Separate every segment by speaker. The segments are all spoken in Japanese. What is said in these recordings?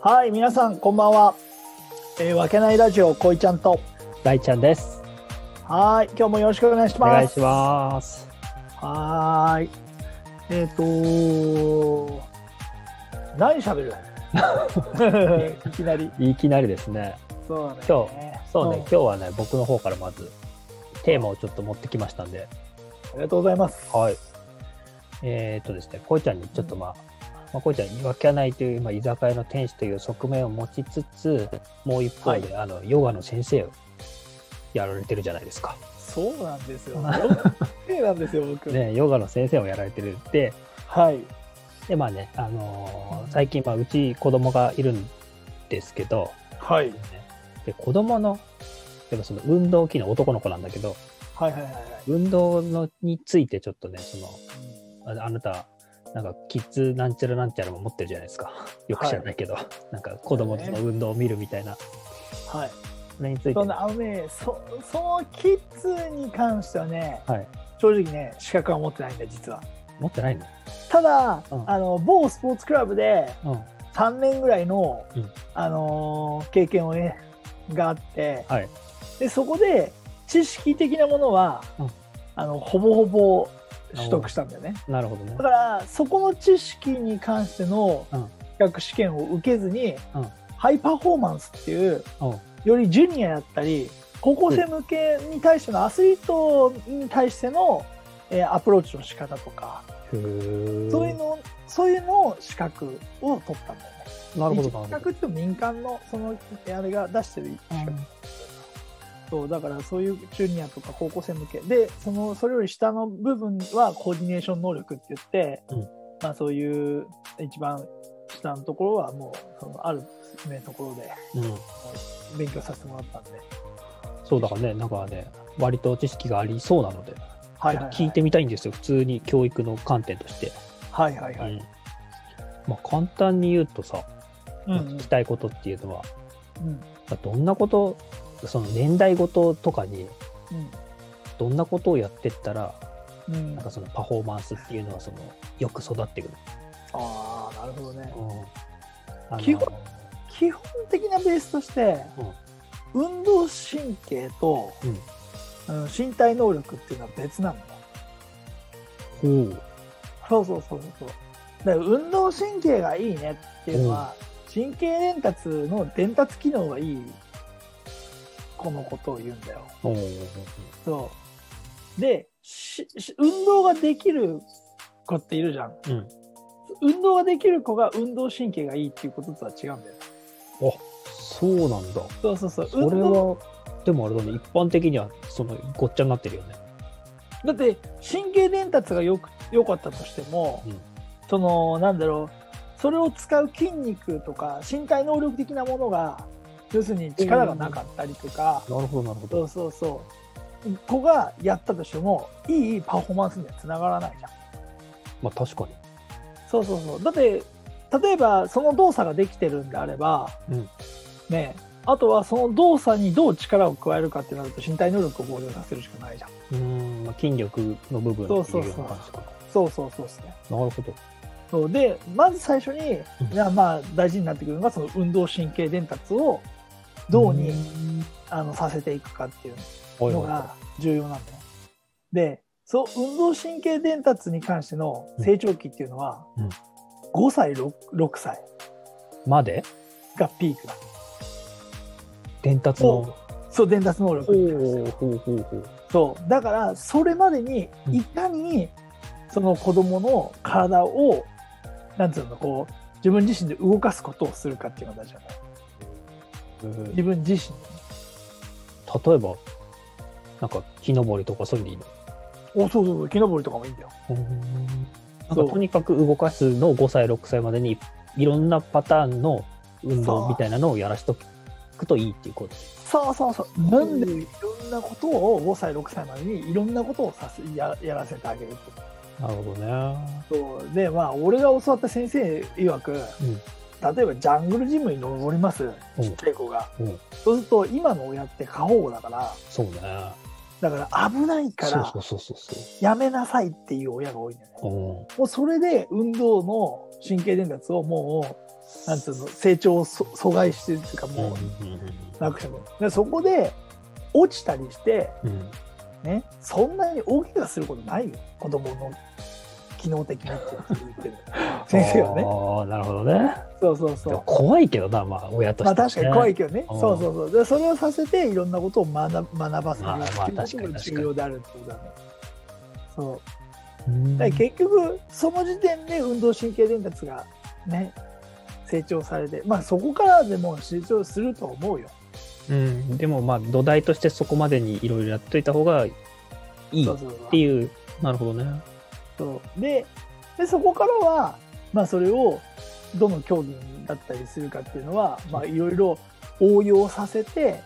Speaker 1: はい、皆さん、こんばんは。えー、わけないラジオ、こいちゃんと。
Speaker 2: 大ちゃんです。
Speaker 1: はい、今日もよろしくお願いし
Speaker 2: お願
Speaker 1: ま
Speaker 2: い
Speaker 1: す。
Speaker 2: します。
Speaker 1: はーい。えっ、と何喋 るいきなり。
Speaker 2: いきなりですね。
Speaker 1: そうだね。
Speaker 2: 今そうね、
Speaker 1: ん
Speaker 2: 今日はね、僕の方からまずテーマをちょっと持ってきましたんで、
Speaker 1: ありがとうございます。
Speaker 2: はい。えーっとですね、こいちゃんにちょっとまあ、まあ、こいちゃんに分けないという、まあ、居酒屋の店主という側面を持ちつつ、もう一方で、あのヨガの先生をやられてるじゃないですか。
Speaker 1: そうなんです よ。えなんですよ、僕。
Speaker 2: ね、ヨガの先生をやられてるって、
Speaker 1: はい。
Speaker 2: でまあね、あのー最近、まあ、うち子供がいるんですけど、
Speaker 1: はい。
Speaker 2: で子供のでもその運動機能男の子なんだけど
Speaker 1: はいはいはいはい。
Speaker 2: 運動のについてちょっとねそのああなたなんかキッズなんちゃらなんちゃらも持ってるじゃないですか よく知らないけど、なんか子供のその運動を見るみたいな
Speaker 1: はい。
Speaker 2: それについて
Speaker 1: そんな、あのね、そ、そのキッズに関してはね、
Speaker 2: はい、
Speaker 1: 正直ね、資格は持ってないんだよ、実は。
Speaker 2: 持ってないの、
Speaker 1: ただ、
Speaker 2: うん
Speaker 1: あの某スポーツクラブで
Speaker 2: うん、
Speaker 1: 3年ぐらいの、
Speaker 2: うん
Speaker 1: あのー経験をねがあって
Speaker 2: はい
Speaker 1: でそこで知識的なものは、
Speaker 2: うん
Speaker 1: あのほぼほぼ取得したんだよね
Speaker 2: なるほどね
Speaker 1: だからそこの知識に関しての
Speaker 2: うん
Speaker 1: 企画試験を受けずに、
Speaker 2: うん
Speaker 1: ハイパフォーマンスっていう
Speaker 2: うん
Speaker 1: よりジュニアだったり高校生向けに対してのアスリートに対しての、えーアプローチの仕方とか、
Speaker 2: ふー
Speaker 1: そういうの、そういうのを資格を取ったんだよね。
Speaker 2: なるほど
Speaker 1: 資
Speaker 2: なる
Speaker 1: 格って民間の、その、あれが出してる資
Speaker 2: ほ
Speaker 1: 格
Speaker 2: ど。
Speaker 1: そう、だからそういうジュニアとか高校生向け。で、その、それより下の部分はコーディネーション能力って言って、
Speaker 2: うん
Speaker 1: まあそういう、一番下のところはもう、その、あるね、ところで
Speaker 2: うん、
Speaker 1: 勉強させてもらったんで。
Speaker 2: そうだからねなんかね割と知識がありそうなので、
Speaker 1: はいはい、はい。
Speaker 2: 聞いてみたいんですよ普通に教育の観点として。
Speaker 1: はいはいは
Speaker 2: うん
Speaker 1: い。
Speaker 2: まあ、簡単に言うとさ、
Speaker 1: うん、
Speaker 2: 聞きたいことっていうのは、
Speaker 1: うん。うん。
Speaker 2: まあどんなことその年代ごととかに
Speaker 1: うん。
Speaker 2: どんなことをやってったら
Speaker 1: うん
Speaker 2: なんかそのパフォーマンスっていうのはそのよく育ってくる、
Speaker 1: ああ、なるほどね。
Speaker 2: あの
Speaker 1: 基本基本的なベースとして、運動神経と、あ
Speaker 2: うん
Speaker 1: の身体能力っていうのは別なんだ
Speaker 2: うんほ
Speaker 1: そうそうそうそうだから運動神経がいいねっていうのは、神経伝達の伝達機能がいい子のことを言うんだよ
Speaker 2: うおう
Speaker 1: そうでしし運動ができる子っているじゃん
Speaker 2: うん
Speaker 1: 運動ができる子が運動神経がいいっていうこととは違うんだよ
Speaker 2: あそうなんだ
Speaker 1: そうそうそう
Speaker 2: それ
Speaker 1: 運動
Speaker 2: はでもあれだね一般的にはそのごっちゃになってるよね
Speaker 1: だって神経伝達がよく良かったとしても、
Speaker 2: うん
Speaker 1: そのなんだろうそれを使う筋肉とか身体能力的なものが要するに力がなかったりとか、
Speaker 2: なるほどなるほ
Speaker 1: そうそうそう子がやったとしてもいいパフォーマンスにはつながらないじゃん
Speaker 2: まあ確か
Speaker 1: そうそうそうだって例えばその動作ができてるんであれば、
Speaker 2: うん
Speaker 1: ねえあとはその動作にどう力を加えるかってなると身体能力を向上させるしかないじゃん
Speaker 2: にうん、まあ、筋力の部分っていうような感じかな
Speaker 1: そうそうそうですね
Speaker 2: なるほど
Speaker 1: そうでまず最初に、
Speaker 2: うん
Speaker 1: なまあ、大事になってくるのがその運動神経伝達をどうに、
Speaker 2: ん
Speaker 1: あのさせていくかっていう
Speaker 2: はい
Speaker 1: の
Speaker 2: はいはい
Speaker 1: が重要なんだよ。でそう運動神経伝達に関しての成長期っていうのは、
Speaker 2: うんうん
Speaker 1: 5歳 6, 6歳
Speaker 2: まで
Speaker 1: がピークだ
Speaker 2: 伝達の
Speaker 1: そう伝達能力って言うんですよ
Speaker 2: ほうほうほう
Speaker 1: そうだからそれまでに
Speaker 2: うん
Speaker 1: いかにその子供の体を、なんつうのこう自分自身で動かすことをするかっていうのが大事なんだよ自分自身でね
Speaker 2: 例えばなんか木登りとかそういうのいいの
Speaker 1: おそうそうそう木登りとかもいいんだよ
Speaker 2: なん
Speaker 1: そ
Speaker 2: か
Speaker 1: う
Speaker 2: とにかく動かすのを5歳6歳までにいろんなパターンの運動みたいなのをやらしとくといいっていうこと
Speaker 1: そうそうそうなんでいろんなことを5歳6歳までにいろんなことをさせややらせてあげるって
Speaker 2: なるほどね
Speaker 1: そうでまあ俺が教わった先生曰く、例えばジャングルジムに登ります
Speaker 2: うん
Speaker 1: ちっちゃい子が、
Speaker 2: うん
Speaker 1: そうすると今の親って過保護だから
Speaker 2: そうね
Speaker 1: だから危ないか
Speaker 2: そう
Speaker 1: ら
Speaker 2: そうそうそうそ
Speaker 1: やめなさいっていう親が多いんだよね
Speaker 2: う、うん、
Speaker 1: もうそれで運動の神経伝達をもうなんつうの、成長をそ阻害してるっていうか、もう、なくても。でそこで、落ちたりして、
Speaker 2: うん
Speaker 1: ね、そんなに大怪我することないよ。子供の機能的なって言って る。先生はね。
Speaker 2: ああ、なるほどね。
Speaker 1: そうそう
Speaker 2: で
Speaker 1: そ
Speaker 2: も
Speaker 1: う。
Speaker 2: 怖いけどな、まあ、親と
Speaker 1: ま
Speaker 2: し
Speaker 1: あ
Speaker 2: て、ね。
Speaker 1: 確かに怖いけどね。
Speaker 2: うん
Speaker 1: そうそうそう。でそれをさせていろんなことを学学ばせる
Speaker 2: まあま
Speaker 1: って
Speaker 2: あ
Speaker 1: いうこと
Speaker 2: 確かに
Speaker 1: も重要であるってことだね。そう。
Speaker 2: うん。
Speaker 1: だから結局その時点で運動神経伝達がね成長されてまあそこからでも成長すると思うよ
Speaker 2: うん、でも、まあ、土台としてそこまでにいろいろやっといた方がいい
Speaker 1: そう
Speaker 2: っ
Speaker 1: そうそう
Speaker 2: ていう。なるほどね。
Speaker 1: そうででそこからはまあそれをどの競技だったりするかっていうのはまあいろいろ応用させて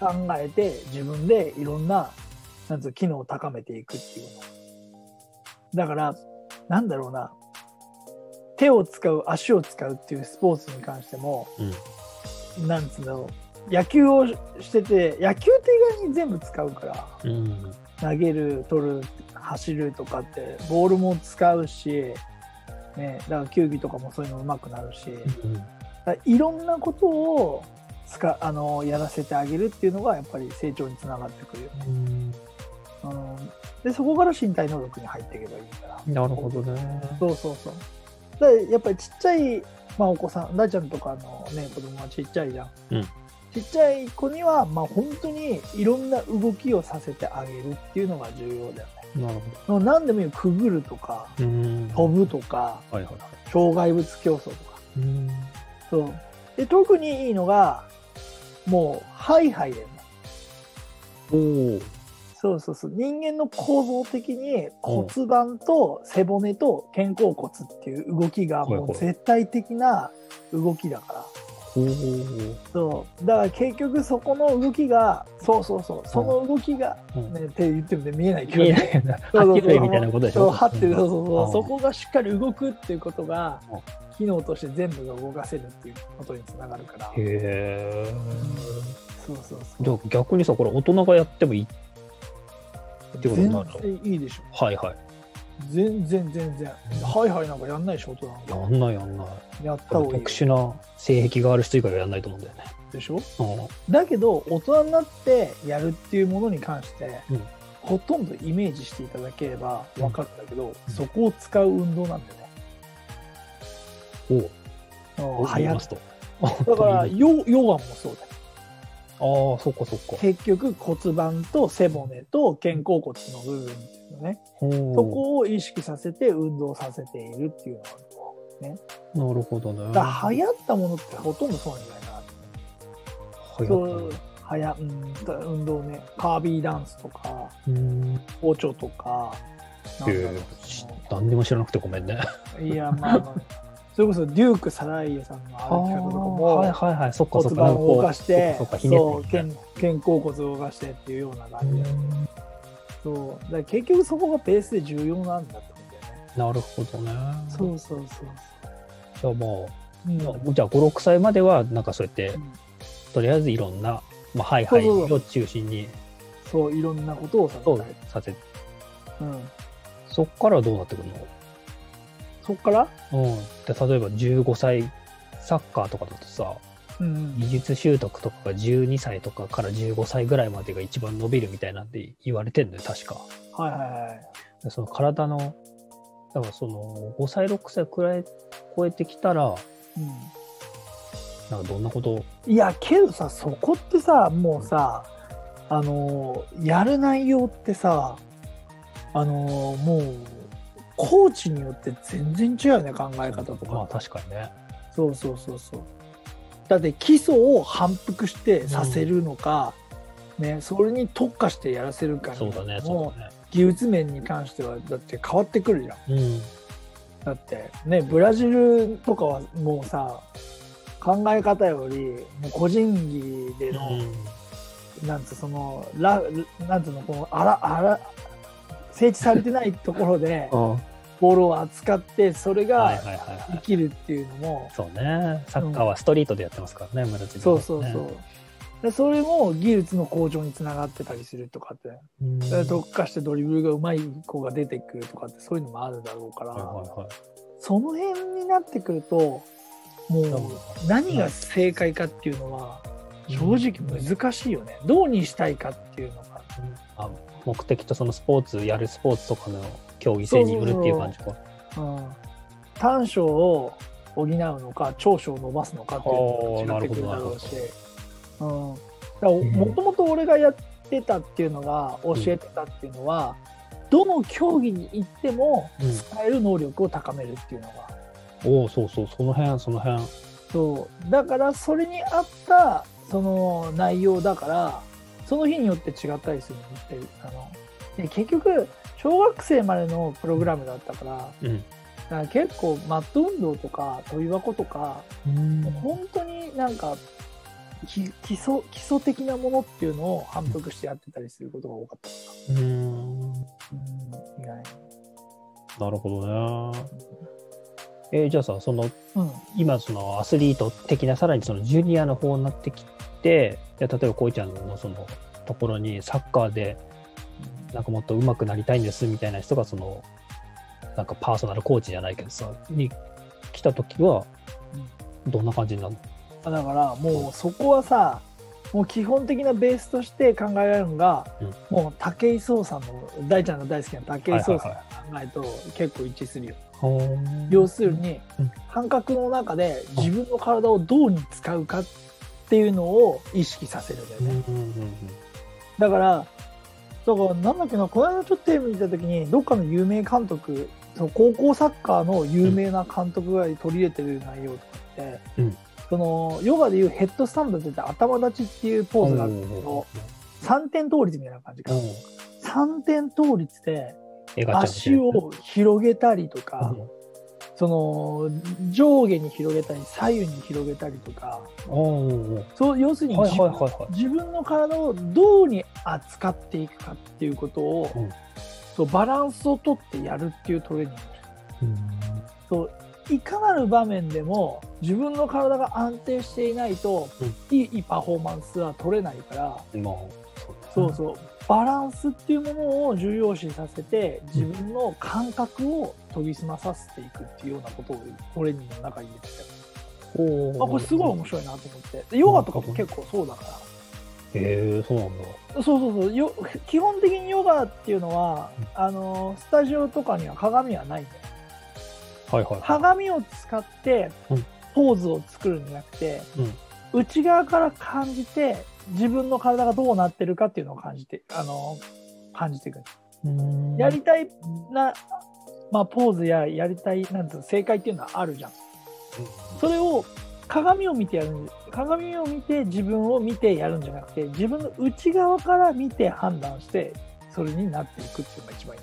Speaker 1: 考えて自分でいろんななんつうの機能を高めていくっていうのだからなんだろうな手を使う足を使うっていうスポーツに関しても、
Speaker 2: うん。
Speaker 1: なんつうんだろう野球をしてて野球って意外に全部使うから
Speaker 2: うん。
Speaker 1: 投げる取る走るとかってボールも使うし、ね、だから球技とかもそういうの上手くなるし
Speaker 2: うん
Speaker 1: だからいろんなことを使あのやらせてあげるっていうのがやっぱり成長につながってくるよ、
Speaker 2: うん
Speaker 1: うん、でそこから身体能力に入っていけばいいから
Speaker 2: なるほどね。
Speaker 1: そうそうそうだからやっぱりちっちゃい、まあ、お子さん大ちゃんとかのね子供はちっちゃいじゃん、
Speaker 2: うん
Speaker 1: ちっちゃい子にはまあ本当にいろんな動きをさせてあげるっていうのが重要だよね
Speaker 2: なるほ
Speaker 1: もう何でもいいよくぐるとか
Speaker 2: ど。うん。
Speaker 1: 飛ぶとか
Speaker 2: はいはいは
Speaker 1: 障害物競争とか
Speaker 2: い。うん。
Speaker 1: そうで特にいいのがもうハイハイだよね
Speaker 2: おお。
Speaker 1: そうそうそう人間の構造的に骨盤と背骨と肩甲骨っていう動きがもう絶対的な動きだから
Speaker 2: おお。
Speaker 1: そうだから結局そこの動きがそうそうそうその動きが、
Speaker 2: うん
Speaker 1: ねって言ってもね見えないけど
Speaker 2: 見えな
Speaker 1: ね
Speaker 2: いよな。
Speaker 1: そう
Speaker 2: は
Speaker 1: そうそう
Speaker 2: っきりみたいなことでし
Speaker 1: そ
Speaker 2: ょ。
Speaker 1: う張ってるそうそうそううんそこがしっかり動くっていうことが
Speaker 2: うん
Speaker 1: 機能として全部が動かせるっていうことにつながるから
Speaker 2: へえ。
Speaker 1: そうそうそう
Speaker 2: じゃあ逆にさ、これ大人がやってもいいってことに
Speaker 1: 全
Speaker 2: なるの
Speaker 1: 然いいでしょ
Speaker 2: はいはい。
Speaker 1: 全然全然ハイハイなんかやんないでしょ大人なんか
Speaker 2: やんないやんない。
Speaker 1: やった方がいいよ
Speaker 2: 特殊な性癖がある人以外はやんないと思うんだよね。
Speaker 1: でしょ
Speaker 2: うん
Speaker 1: だけど大人になってやるっていうものに関して、
Speaker 2: うん
Speaker 1: ほとんどイメージしていただければ分かるんだけど、そこを使う運動なんだよね、
Speaker 2: お
Speaker 1: うん
Speaker 2: お。
Speaker 1: 流行
Speaker 2: ま
Speaker 1: っ
Speaker 2: すと。
Speaker 1: だから
Speaker 2: あ
Speaker 1: ヨヨガもそうだよ
Speaker 2: あー、そっかそっか。
Speaker 1: 結局骨盤と背骨と肩甲骨の部分っていうのね、そ
Speaker 2: そ
Speaker 1: こを意識させて運動させているっていうのが
Speaker 2: なるほどね。
Speaker 1: だから流行ったものってほとんどそうなんじゃないかな
Speaker 2: 流行
Speaker 1: そ
Speaker 2: ったね
Speaker 1: う流行うんだ運動ねカービーダンスとか
Speaker 2: うん。
Speaker 1: 包丁とかなんだろう
Speaker 2: えーし何にも知らなくてごめんね。
Speaker 1: いや、まあまあ、 それこそデューク・サライエさんの歩き方とかも、
Speaker 2: はいはいはい、そっかそっ
Speaker 1: 骨
Speaker 2: か。
Speaker 1: 盤を動かして、
Speaker 2: そ
Speaker 1: そ
Speaker 2: っ
Speaker 1: う
Speaker 2: かそっかひねって
Speaker 1: 肩
Speaker 2: ね
Speaker 1: 肩甲骨を動かしてっていうような感じで、
Speaker 2: うん
Speaker 1: そうだから結局そこがベースで重要なんだってことだよね。
Speaker 2: なるほどね。
Speaker 1: そうそうそう
Speaker 2: じゃあも
Speaker 1: そう。うん
Speaker 2: う、じゃあ5、6歳までは、なんかそうやって、とりあえずいろんな、まあ、ハイハイ
Speaker 1: そうそうそ
Speaker 2: を中心に
Speaker 1: そういろんなことをさせ
Speaker 2: そ
Speaker 1: たい、
Speaker 2: うさせて、
Speaker 1: うん、
Speaker 2: そっからはどうなってくるの
Speaker 1: そっから、
Speaker 2: うん、で例えば15歳サッカーとかだとさ
Speaker 1: うんうん
Speaker 2: 技術習得とかが12歳とかから15歳ぐらいまでが一番伸びるみたいなんて言われてんのよ確か
Speaker 1: はいはいはい
Speaker 2: でその体のだからその5歳6歳くらい超えてきたらなんかどんなこと
Speaker 1: うん、いやけどさそこってさもうさあのーやる内容ってさあのーもうコーチによって全然違うよね考え方とか、
Speaker 2: まあ確かにね
Speaker 1: そうそうそうそうだって基礎を反復してさせるのか、ね、それに特化してやらせるかに
Speaker 2: そうだねそ
Speaker 1: も
Speaker 2: うだね
Speaker 1: う技術面に関してはだって変わってくるじゃん
Speaker 2: うん
Speaker 1: だってねブラジルとかはもうさ考え方よりもう個人技での、なんつうそのラなんつうのこのあらあら整地されてないところで
Speaker 2: うん
Speaker 1: ボールを扱ってそれ
Speaker 2: はいはい
Speaker 1: が
Speaker 2: はいは
Speaker 1: 生
Speaker 2: い
Speaker 1: きるっていうのも、
Speaker 2: そうねサッカーはストリートでやってますからね、ブラジル
Speaker 1: そ
Speaker 2: は
Speaker 1: う
Speaker 2: ね
Speaker 1: そうそう、でそれも技術の向上につながってたりするとかって、
Speaker 2: うん
Speaker 1: で特化してドリブルが上手い子が出てくるとかってそういうのもあるだろうから、
Speaker 2: はいはいはい
Speaker 1: その辺になってくるともう何が正解かっていうのは正直難しいよね、どうにしたいかっていうのが
Speaker 2: あ目的とそのスポーツやるスポーツとかの競技性によるっていう感じか
Speaker 1: うん短所を補うのか長所を伸ばすのかっていうのが違ってくるだろうしもともと俺がやってたっていうのが教えてたっていうのは、どの競技に行っても
Speaker 2: うん
Speaker 1: 使える能力を高めるっていうのが、
Speaker 2: おおそうそうその辺その辺
Speaker 1: そうだからそれに合ったその内容だからその日によって違ったりするのってあので結局小学生までのプログラムだったから
Speaker 2: うん
Speaker 1: だから結構マット運動とか跳び箱とか
Speaker 2: うん
Speaker 1: 本当になんかき基礎基礎的なものっていうのを反復してやってたりすることが多かった、うん、意外
Speaker 2: なるほどねえーじゃあさその
Speaker 1: うん
Speaker 2: 今そのアスリート的なさらにそのジュニアの方になってきていや例えばこいちゃんのそのところにサッカーでなんかもっと上手くなりたいんですみたいな人がそのなんかパーソナルコーチじゃないけどさに来た時はどんな感じになるの
Speaker 1: だからもうそこはさもう基本的なベースとして考えられるのが、
Speaker 2: うん
Speaker 1: もう武井壮さんの大ちゃんが大好きな武井壮さんの考
Speaker 2: は
Speaker 1: えと結構一致するよ、
Speaker 2: いはいはい
Speaker 1: 要するに、
Speaker 2: うん
Speaker 1: 感覚の中で自分の体をどうに使うかっていうのを意識させるんだよ
Speaker 2: うんう
Speaker 1: ね、
Speaker 2: んうん
Speaker 1: だからだからなんだっけなこの間ちょっとテレビ見た時にどっかの有名監督その高校サッカーの有名な監督が取り入れてる内容とかって、
Speaker 2: うん
Speaker 1: そのヨガでいうヘッドスタンドって言って頭立ちっていうポーズがあるんだけど、3点倒立みたいな感じか、
Speaker 2: うん
Speaker 1: 3点倒立で
Speaker 2: 絵がちゃ
Speaker 1: 足
Speaker 2: んと
Speaker 1: を広げたりと
Speaker 2: う
Speaker 1: か、その上下に広げたり左右に広げたりとか
Speaker 2: んうんうんは
Speaker 1: そう要する
Speaker 2: い
Speaker 1: に
Speaker 2: はい
Speaker 1: 自分,、
Speaker 2: はいは
Speaker 1: 自分の体をどうに扱っていくかっていうことを、
Speaker 2: うん
Speaker 1: そうバランスをとってやるっていうトレーニング
Speaker 2: い
Speaker 1: そういかなる場面でも自分の体が安定していないと、
Speaker 2: うん
Speaker 1: いいパフォーマンスは取れないから。
Speaker 2: うんまあそ
Speaker 1: そううそう、バランスっていうものを重要視させて自分の感覚を研ぎ澄まさせていくっていうようなことをトレーニングの中に入れて
Speaker 2: おー
Speaker 1: たあこれすごい面白いなと思ってでヨガとかも結構そうだから
Speaker 2: へえそうなんだ
Speaker 1: そうそうそうよ基本的にヨガっていうのは
Speaker 2: うん
Speaker 1: あのスタジオとかには鏡はないんだよ
Speaker 2: はいはいはい
Speaker 1: 鏡を使って
Speaker 2: うん
Speaker 1: ポーズを作るんじゃなくて、
Speaker 2: うん
Speaker 1: 内側から感じて自分の体がどうなってるかっていうのを感じてあの感じていく
Speaker 2: うん
Speaker 1: やりたいな、まあ、ポーズややりたいなんていうの正解っていうのはあるじゃんそれを鏡を見てやるん鏡を見て自分を見てやるんじゃなくて自分の内側から見て判断してそれになっていくっていうのが一番いい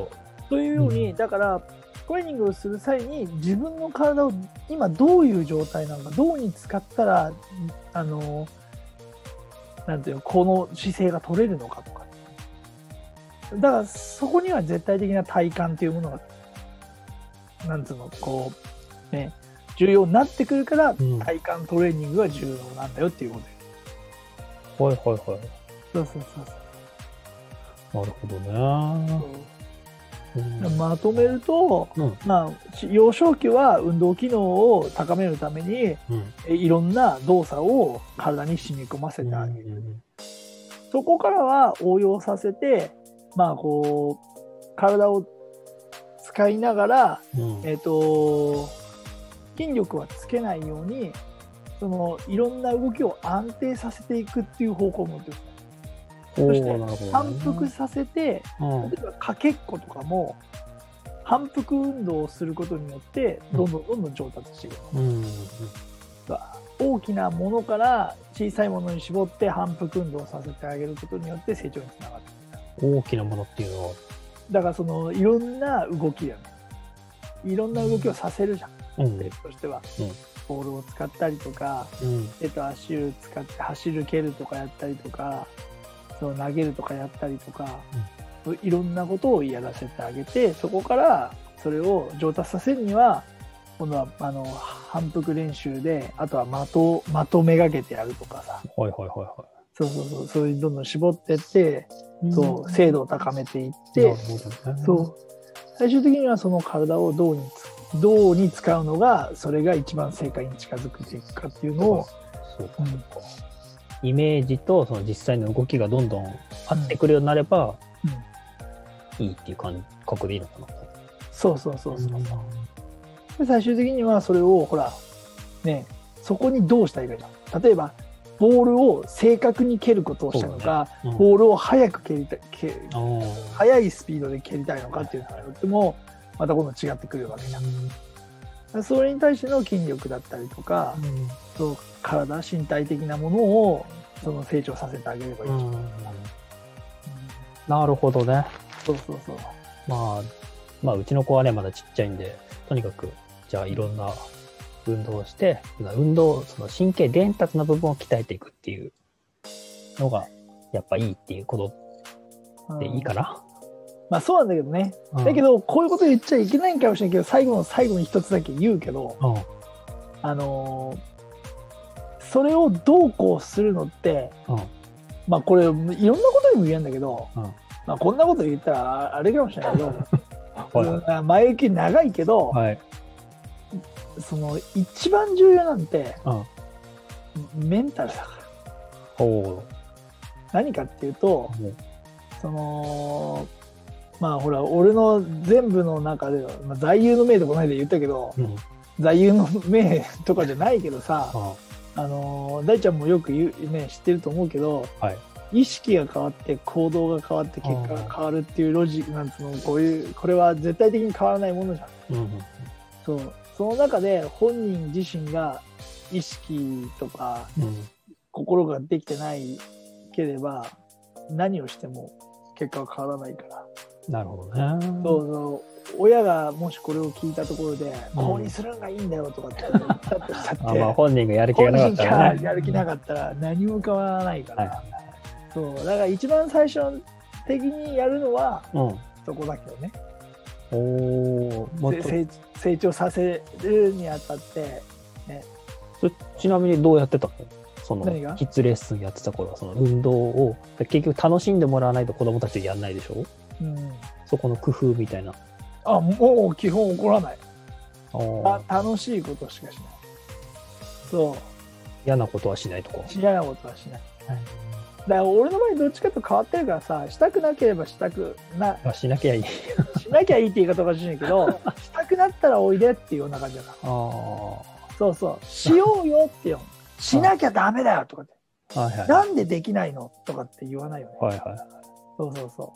Speaker 2: おー
Speaker 1: というように、
Speaker 2: うん
Speaker 1: だからトレーニングをする際に自分の体を今どういう状態なのかどうに使ったらあのなんていうのこの姿勢が取れるのかとかだからそこには絶対的な体感というものがなんつうのこうね重要になってくるから
Speaker 2: うんはい
Speaker 1: 体幹トレーニングが重要なんだよっていうこ
Speaker 2: はいはい
Speaker 1: とそうそうそう
Speaker 2: なるほどね
Speaker 1: そう
Speaker 2: うん
Speaker 1: まとめると、
Speaker 2: うん
Speaker 1: まあ、し幼少期は運動機能を高めるために
Speaker 2: うん
Speaker 1: えいろんな動作を体に染み込ませてあげる、
Speaker 2: うん
Speaker 1: そこからは応用させて、まあ、こう体を使いながら、
Speaker 2: うん
Speaker 1: えっと筋力はつけないようにそのいろんな動きを安定させていくっていう方向を持ってる
Speaker 2: お
Speaker 1: そ
Speaker 2: ー
Speaker 1: して
Speaker 2: なるほどね
Speaker 1: 反復させて
Speaker 2: うん
Speaker 1: 例えばかけっことかも反復運動をすることによってどんどんどんどん上達していく、
Speaker 2: うん
Speaker 1: 大きなものから小さいものに絞って反復運動をさせてあげることによって成長につながっていく
Speaker 2: 大きなものっていうのは
Speaker 1: だからそのいろんな動きだよねいろんな動きをさせるじゃん
Speaker 2: うん
Speaker 1: テープとしては、
Speaker 2: うん
Speaker 1: ボールを使ったりとか
Speaker 2: うん
Speaker 1: 手と足を使って走る蹴るとかやったりとかその投げるとかやったりとか、いろんなことをやらせてあげてそこからそれを上達させるには今度はあの反復練習であとは的を的めがけてやるとかさ
Speaker 2: はいはいはいは
Speaker 1: そうそうそうそういうどんどん絞ってって、
Speaker 2: い
Speaker 1: そう精度を高めていって、
Speaker 2: なるほどね
Speaker 1: そう最終的にはその体をどうにつどうに使うのがそれが一番正解に近づくていくかっていうのを、
Speaker 2: そうか、そうか。イメージとその実際の動きがどんどん合ってくるようになれば
Speaker 1: うん、
Speaker 2: いいっていう感覚でいいのかな。
Speaker 1: そうそうそうそう、で最終的にはそれをほらねそこにどうしたらいいかじゃん例えばボールを正確に蹴ることをしたの
Speaker 2: そうだ
Speaker 1: か、
Speaker 2: うん
Speaker 1: ボールを早く蹴りたい蹴
Speaker 2: あー
Speaker 1: 速いスピードで蹴りたいのかっていうのによってもまた今度違ってくるわけじゃんだからそれに対しての筋力だったりとか、そう体身体的なものをその成長させてあげればいい、
Speaker 2: う
Speaker 1: うん
Speaker 2: んなるほどね。
Speaker 1: そうそうそう
Speaker 2: まあ、まあ、うちの子はね、まだちっちゃいんで、とにかく、じゃあいろんな運動をして、運動、その神経伝達の部分を鍛えていくっていうのが、やっぱいいっていうこ
Speaker 1: う
Speaker 2: と
Speaker 1: ん
Speaker 2: でいいかな。
Speaker 1: まあそうなんだけどね、
Speaker 2: うん
Speaker 1: だけ、どこういうこと言っちゃいけないんかもしれないけど最後の最後に一つだけ言うけど
Speaker 2: うん、うん、
Speaker 1: あのーそれをどうこうするのってまあこれいろんなことにも言えるんだけど、
Speaker 2: うん
Speaker 1: まあ、こんなこと言ったらあれかもしれないけど、
Speaker 2: は
Speaker 1: うん前行き長いけど、
Speaker 2: い、はい、
Speaker 1: その一番重要なんて
Speaker 2: うん、
Speaker 1: メンタルだから
Speaker 2: ほ
Speaker 1: 何かっていうと
Speaker 2: う、
Speaker 1: そのまあほら俺の全部の中での、まあ、座右の銘とこの間言ったけど
Speaker 2: うん、
Speaker 1: 座右の銘とかじゃないけどさ
Speaker 2: あ
Speaker 1: あのー大ちゃんもよく言う、ね、知ってると思うけど、
Speaker 2: は
Speaker 1: 意識が変わって行動が変わって結果が変わるっていうロジックなんつうのこういうこれは絶対的に変わらないものじゃん。
Speaker 2: うん、うん、
Speaker 1: そうその中で本人自身が意識とか
Speaker 2: うん、
Speaker 1: 心ができてないければ何をしても結果は変わらないから。
Speaker 2: なるほどね。
Speaker 1: そうそう親がもしこれを聞いたところで、
Speaker 2: うん
Speaker 1: こうにするんがいいんだよとかって言ったとしたって、
Speaker 2: あまあ、本人がやる気
Speaker 1: 本
Speaker 2: がなか
Speaker 1: 人
Speaker 2: った
Speaker 1: が
Speaker 2: らね。
Speaker 1: やる気なかったら何も変わらないから、
Speaker 2: はいはい
Speaker 1: そうだから一番最初的にやるのは
Speaker 2: はい。
Speaker 1: そこだけどね
Speaker 2: うん。おー、もっ
Speaker 1: せ成成長させるにあたって
Speaker 2: とちなみにどうやってたのそ
Speaker 1: 何が
Speaker 2: の、キッズレッスンやってた頃は、その運動を、結局楽しんでもらわないと子供たちやんないでしょ
Speaker 1: うん
Speaker 2: そこの工夫みたいな。
Speaker 1: あもう基本怒らない
Speaker 2: あ
Speaker 1: あ楽しいことしかしないそ
Speaker 2: 嫌なことはしないとか。
Speaker 1: う嫌なことはしないだから俺の場合どっちかと変わってるからさしたくなければしたく な
Speaker 2: あしなきゃいい。
Speaker 1: しなきゃいいって言い方おかしいんだけ どしたくなったらおいでっていうような感じだから
Speaker 2: ああ。は
Speaker 1: そうそうしようよってよしなきゃダメだよとかって
Speaker 2: いはい。
Speaker 1: なんでできないのとかって言わないよね。
Speaker 2: はいは
Speaker 1: そうそうそ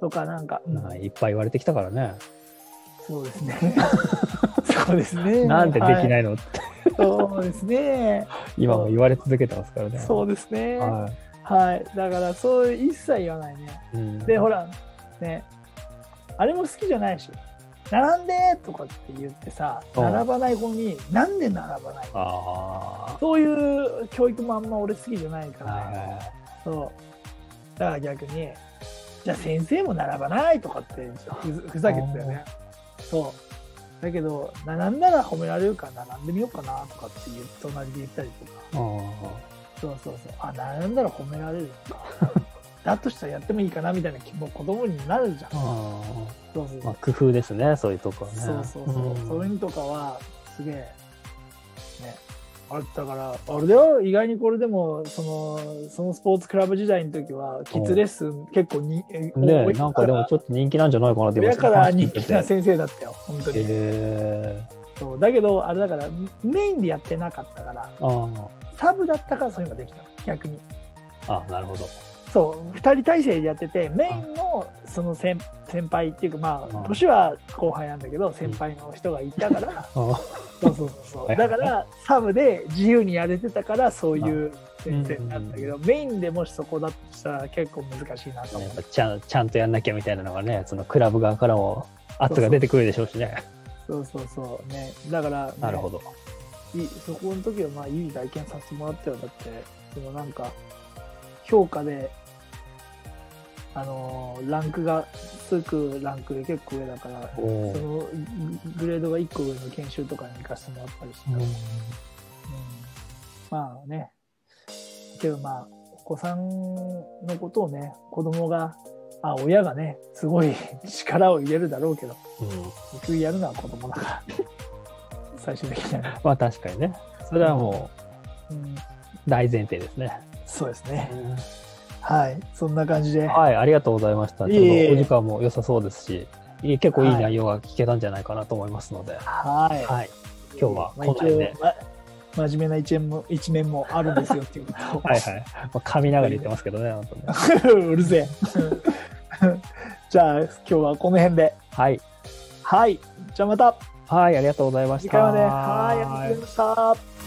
Speaker 1: う。とかなんか、
Speaker 2: い。なんかいっぱい言われてきたからね。
Speaker 1: そうですね。 そうですね。
Speaker 2: なんででき
Speaker 1: は
Speaker 2: ないのって
Speaker 1: いそうですね。
Speaker 2: 今も言われ続けてますからね。
Speaker 1: そうですね。は。
Speaker 2: はい
Speaker 1: だからそう一切言わないね。
Speaker 2: い。うん
Speaker 1: で、ほら、ね、あれも好きじゃないし、並んでとかって言ってさ、
Speaker 2: うん
Speaker 1: 並ばない子に、なんで並ばないの
Speaker 2: あ
Speaker 1: そういう教育もあんま俺好きじゃないか
Speaker 2: あ。
Speaker 1: ら、
Speaker 2: はいはいはい。
Speaker 1: そう。だから逆に、じゃあ先生も並ばないとかってふざふざけてたよね。そう。だけど、並んだら褒められるから並んでみようかなとかって言って隣で言ったりとか。
Speaker 2: あ
Speaker 1: そうそうそう。あ、並んだら褒められるのか。だとしたらやってもいいかなみたいな気も子供になるじゃん。
Speaker 2: あ。あ
Speaker 1: そうそう
Speaker 2: あ。まあ、工夫ですね、そういうとこはね。
Speaker 1: そうそうそう、
Speaker 2: ん
Speaker 1: そういうのとかはすげえねあったからあれだよ意外にこれでもそのそのスポーツクラブ時代の時はキッズレッスン結構にえ
Speaker 2: ね
Speaker 1: 多い
Speaker 2: なんかでもちょっと人気なんじゃないかなって
Speaker 1: 親 から人
Speaker 2: て
Speaker 1: 気な先生だったよ本当に、
Speaker 2: え
Speaker 1: そうだけどあれだからメインでやってなかったから
Speaker 2: ー、あ
Speaker 1: サブだったからそういうのができた逆に
Speaker 2: あ、あなるほど。
Speaker 1: そう2人体制でやっててメインのその先先輩っていうかま
Speaker 2: うん
Speaker 1: あ年は後輩なんだけど先輩の人がいたから、
Speaker 2: あ
Speaker 1: そうそうそう
Speaker 2: は
Speaker 1: そ。
Speaker 2: いうは
Speaker 1: だ
Speaker 2: いは
Speaker 1: か
Speaker 2: い
Speaker 1: らサブで自由にやれてたからそういう先生なんだけど、メインでもしそこだとしたら結構難しいなと
Speaker 2: あ、
Speaker 1: 思
Speaker 2: や
Speaker 1: う
Speaker 2: っ。ぱちゃんちゃんとやんなきゃみたいなのがね、そのクラブ側からも圧が出てくるでしょうしね。
Speaker 1: そうそうそうね。だから、ね
Speaker 2: なるほど。
Speaker 1: いそこの時はまあいい体験させてもらったよ。だってそのなんか評価で。あのーランクがつくランクで結構上だからそ
Speaker 2: おー
Speaker 1: のグレードが1個上の研修とかに行かせてもらったりして、まあね、けどまあ、お子さんのことをね、子供が、あ、親がね、すごい力を入れるだろうけど、
Speaker 2: うん
Speaker 1: 結局やるのは子供だか最終的には、
Speaker 2: まあ確かにね。それはも
Speaker 1: うん、
Speaker 2: う大前提ですね。
Speaker 1: そうですねはいそんな感じで
Speaker 2: はい、ありがとうございました。
Speaker 1: い
Speaker 2: ち
Speaker 1: え
Speaker 2: ょ
Speaker 1: いえ
Speaker 2: うどお時間も良さそうですし、いい結構いい内容が聞けたんじゃないかなと思いますので、は
Speaker 1: はい
Speaker 2: い、今日はこの辺で
Speaker 1: まあ一応ま真面目な一面も一面もあるんですよっていうことを
Speaker 2: はいはい。まあ、噛みながら言ってますけどね、本当 に。
Speaker 1: うるせえ じゃあ今日はこの辺で
Speaker 2: はい。
Speaker 1: はいじゃあまた
Speaker 2: はい、ありがとうございました。
Speaker 1: 次回まではいありがとうございました